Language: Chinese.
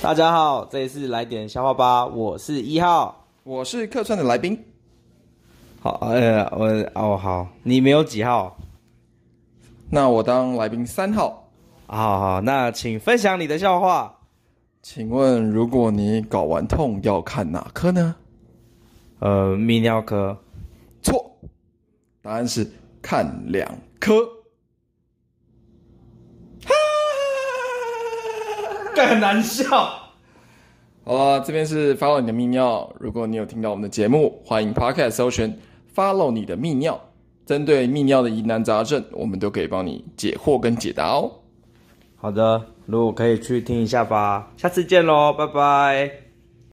大家好，这里是来点笑话吧，我是一号。我是客串的来宾，好，呃，我哦好，你没有几号？那我当来宾三号。好好，那请分享你的笑话。请问，如果你睾丸痛要看哪科呢？呃，泌尿科。错，答案是看两科。更难笑。好了，这边是 Follow 你的泌尿。如果你有听到我们的节目，欢迎 Podcast 搜寻 Follow 你的泌尿。针对泌尿的疑难杂症，我们都可以帮你解惑跟解答哦。好的，如果可以去听一下吧，下次见喽，拜拜。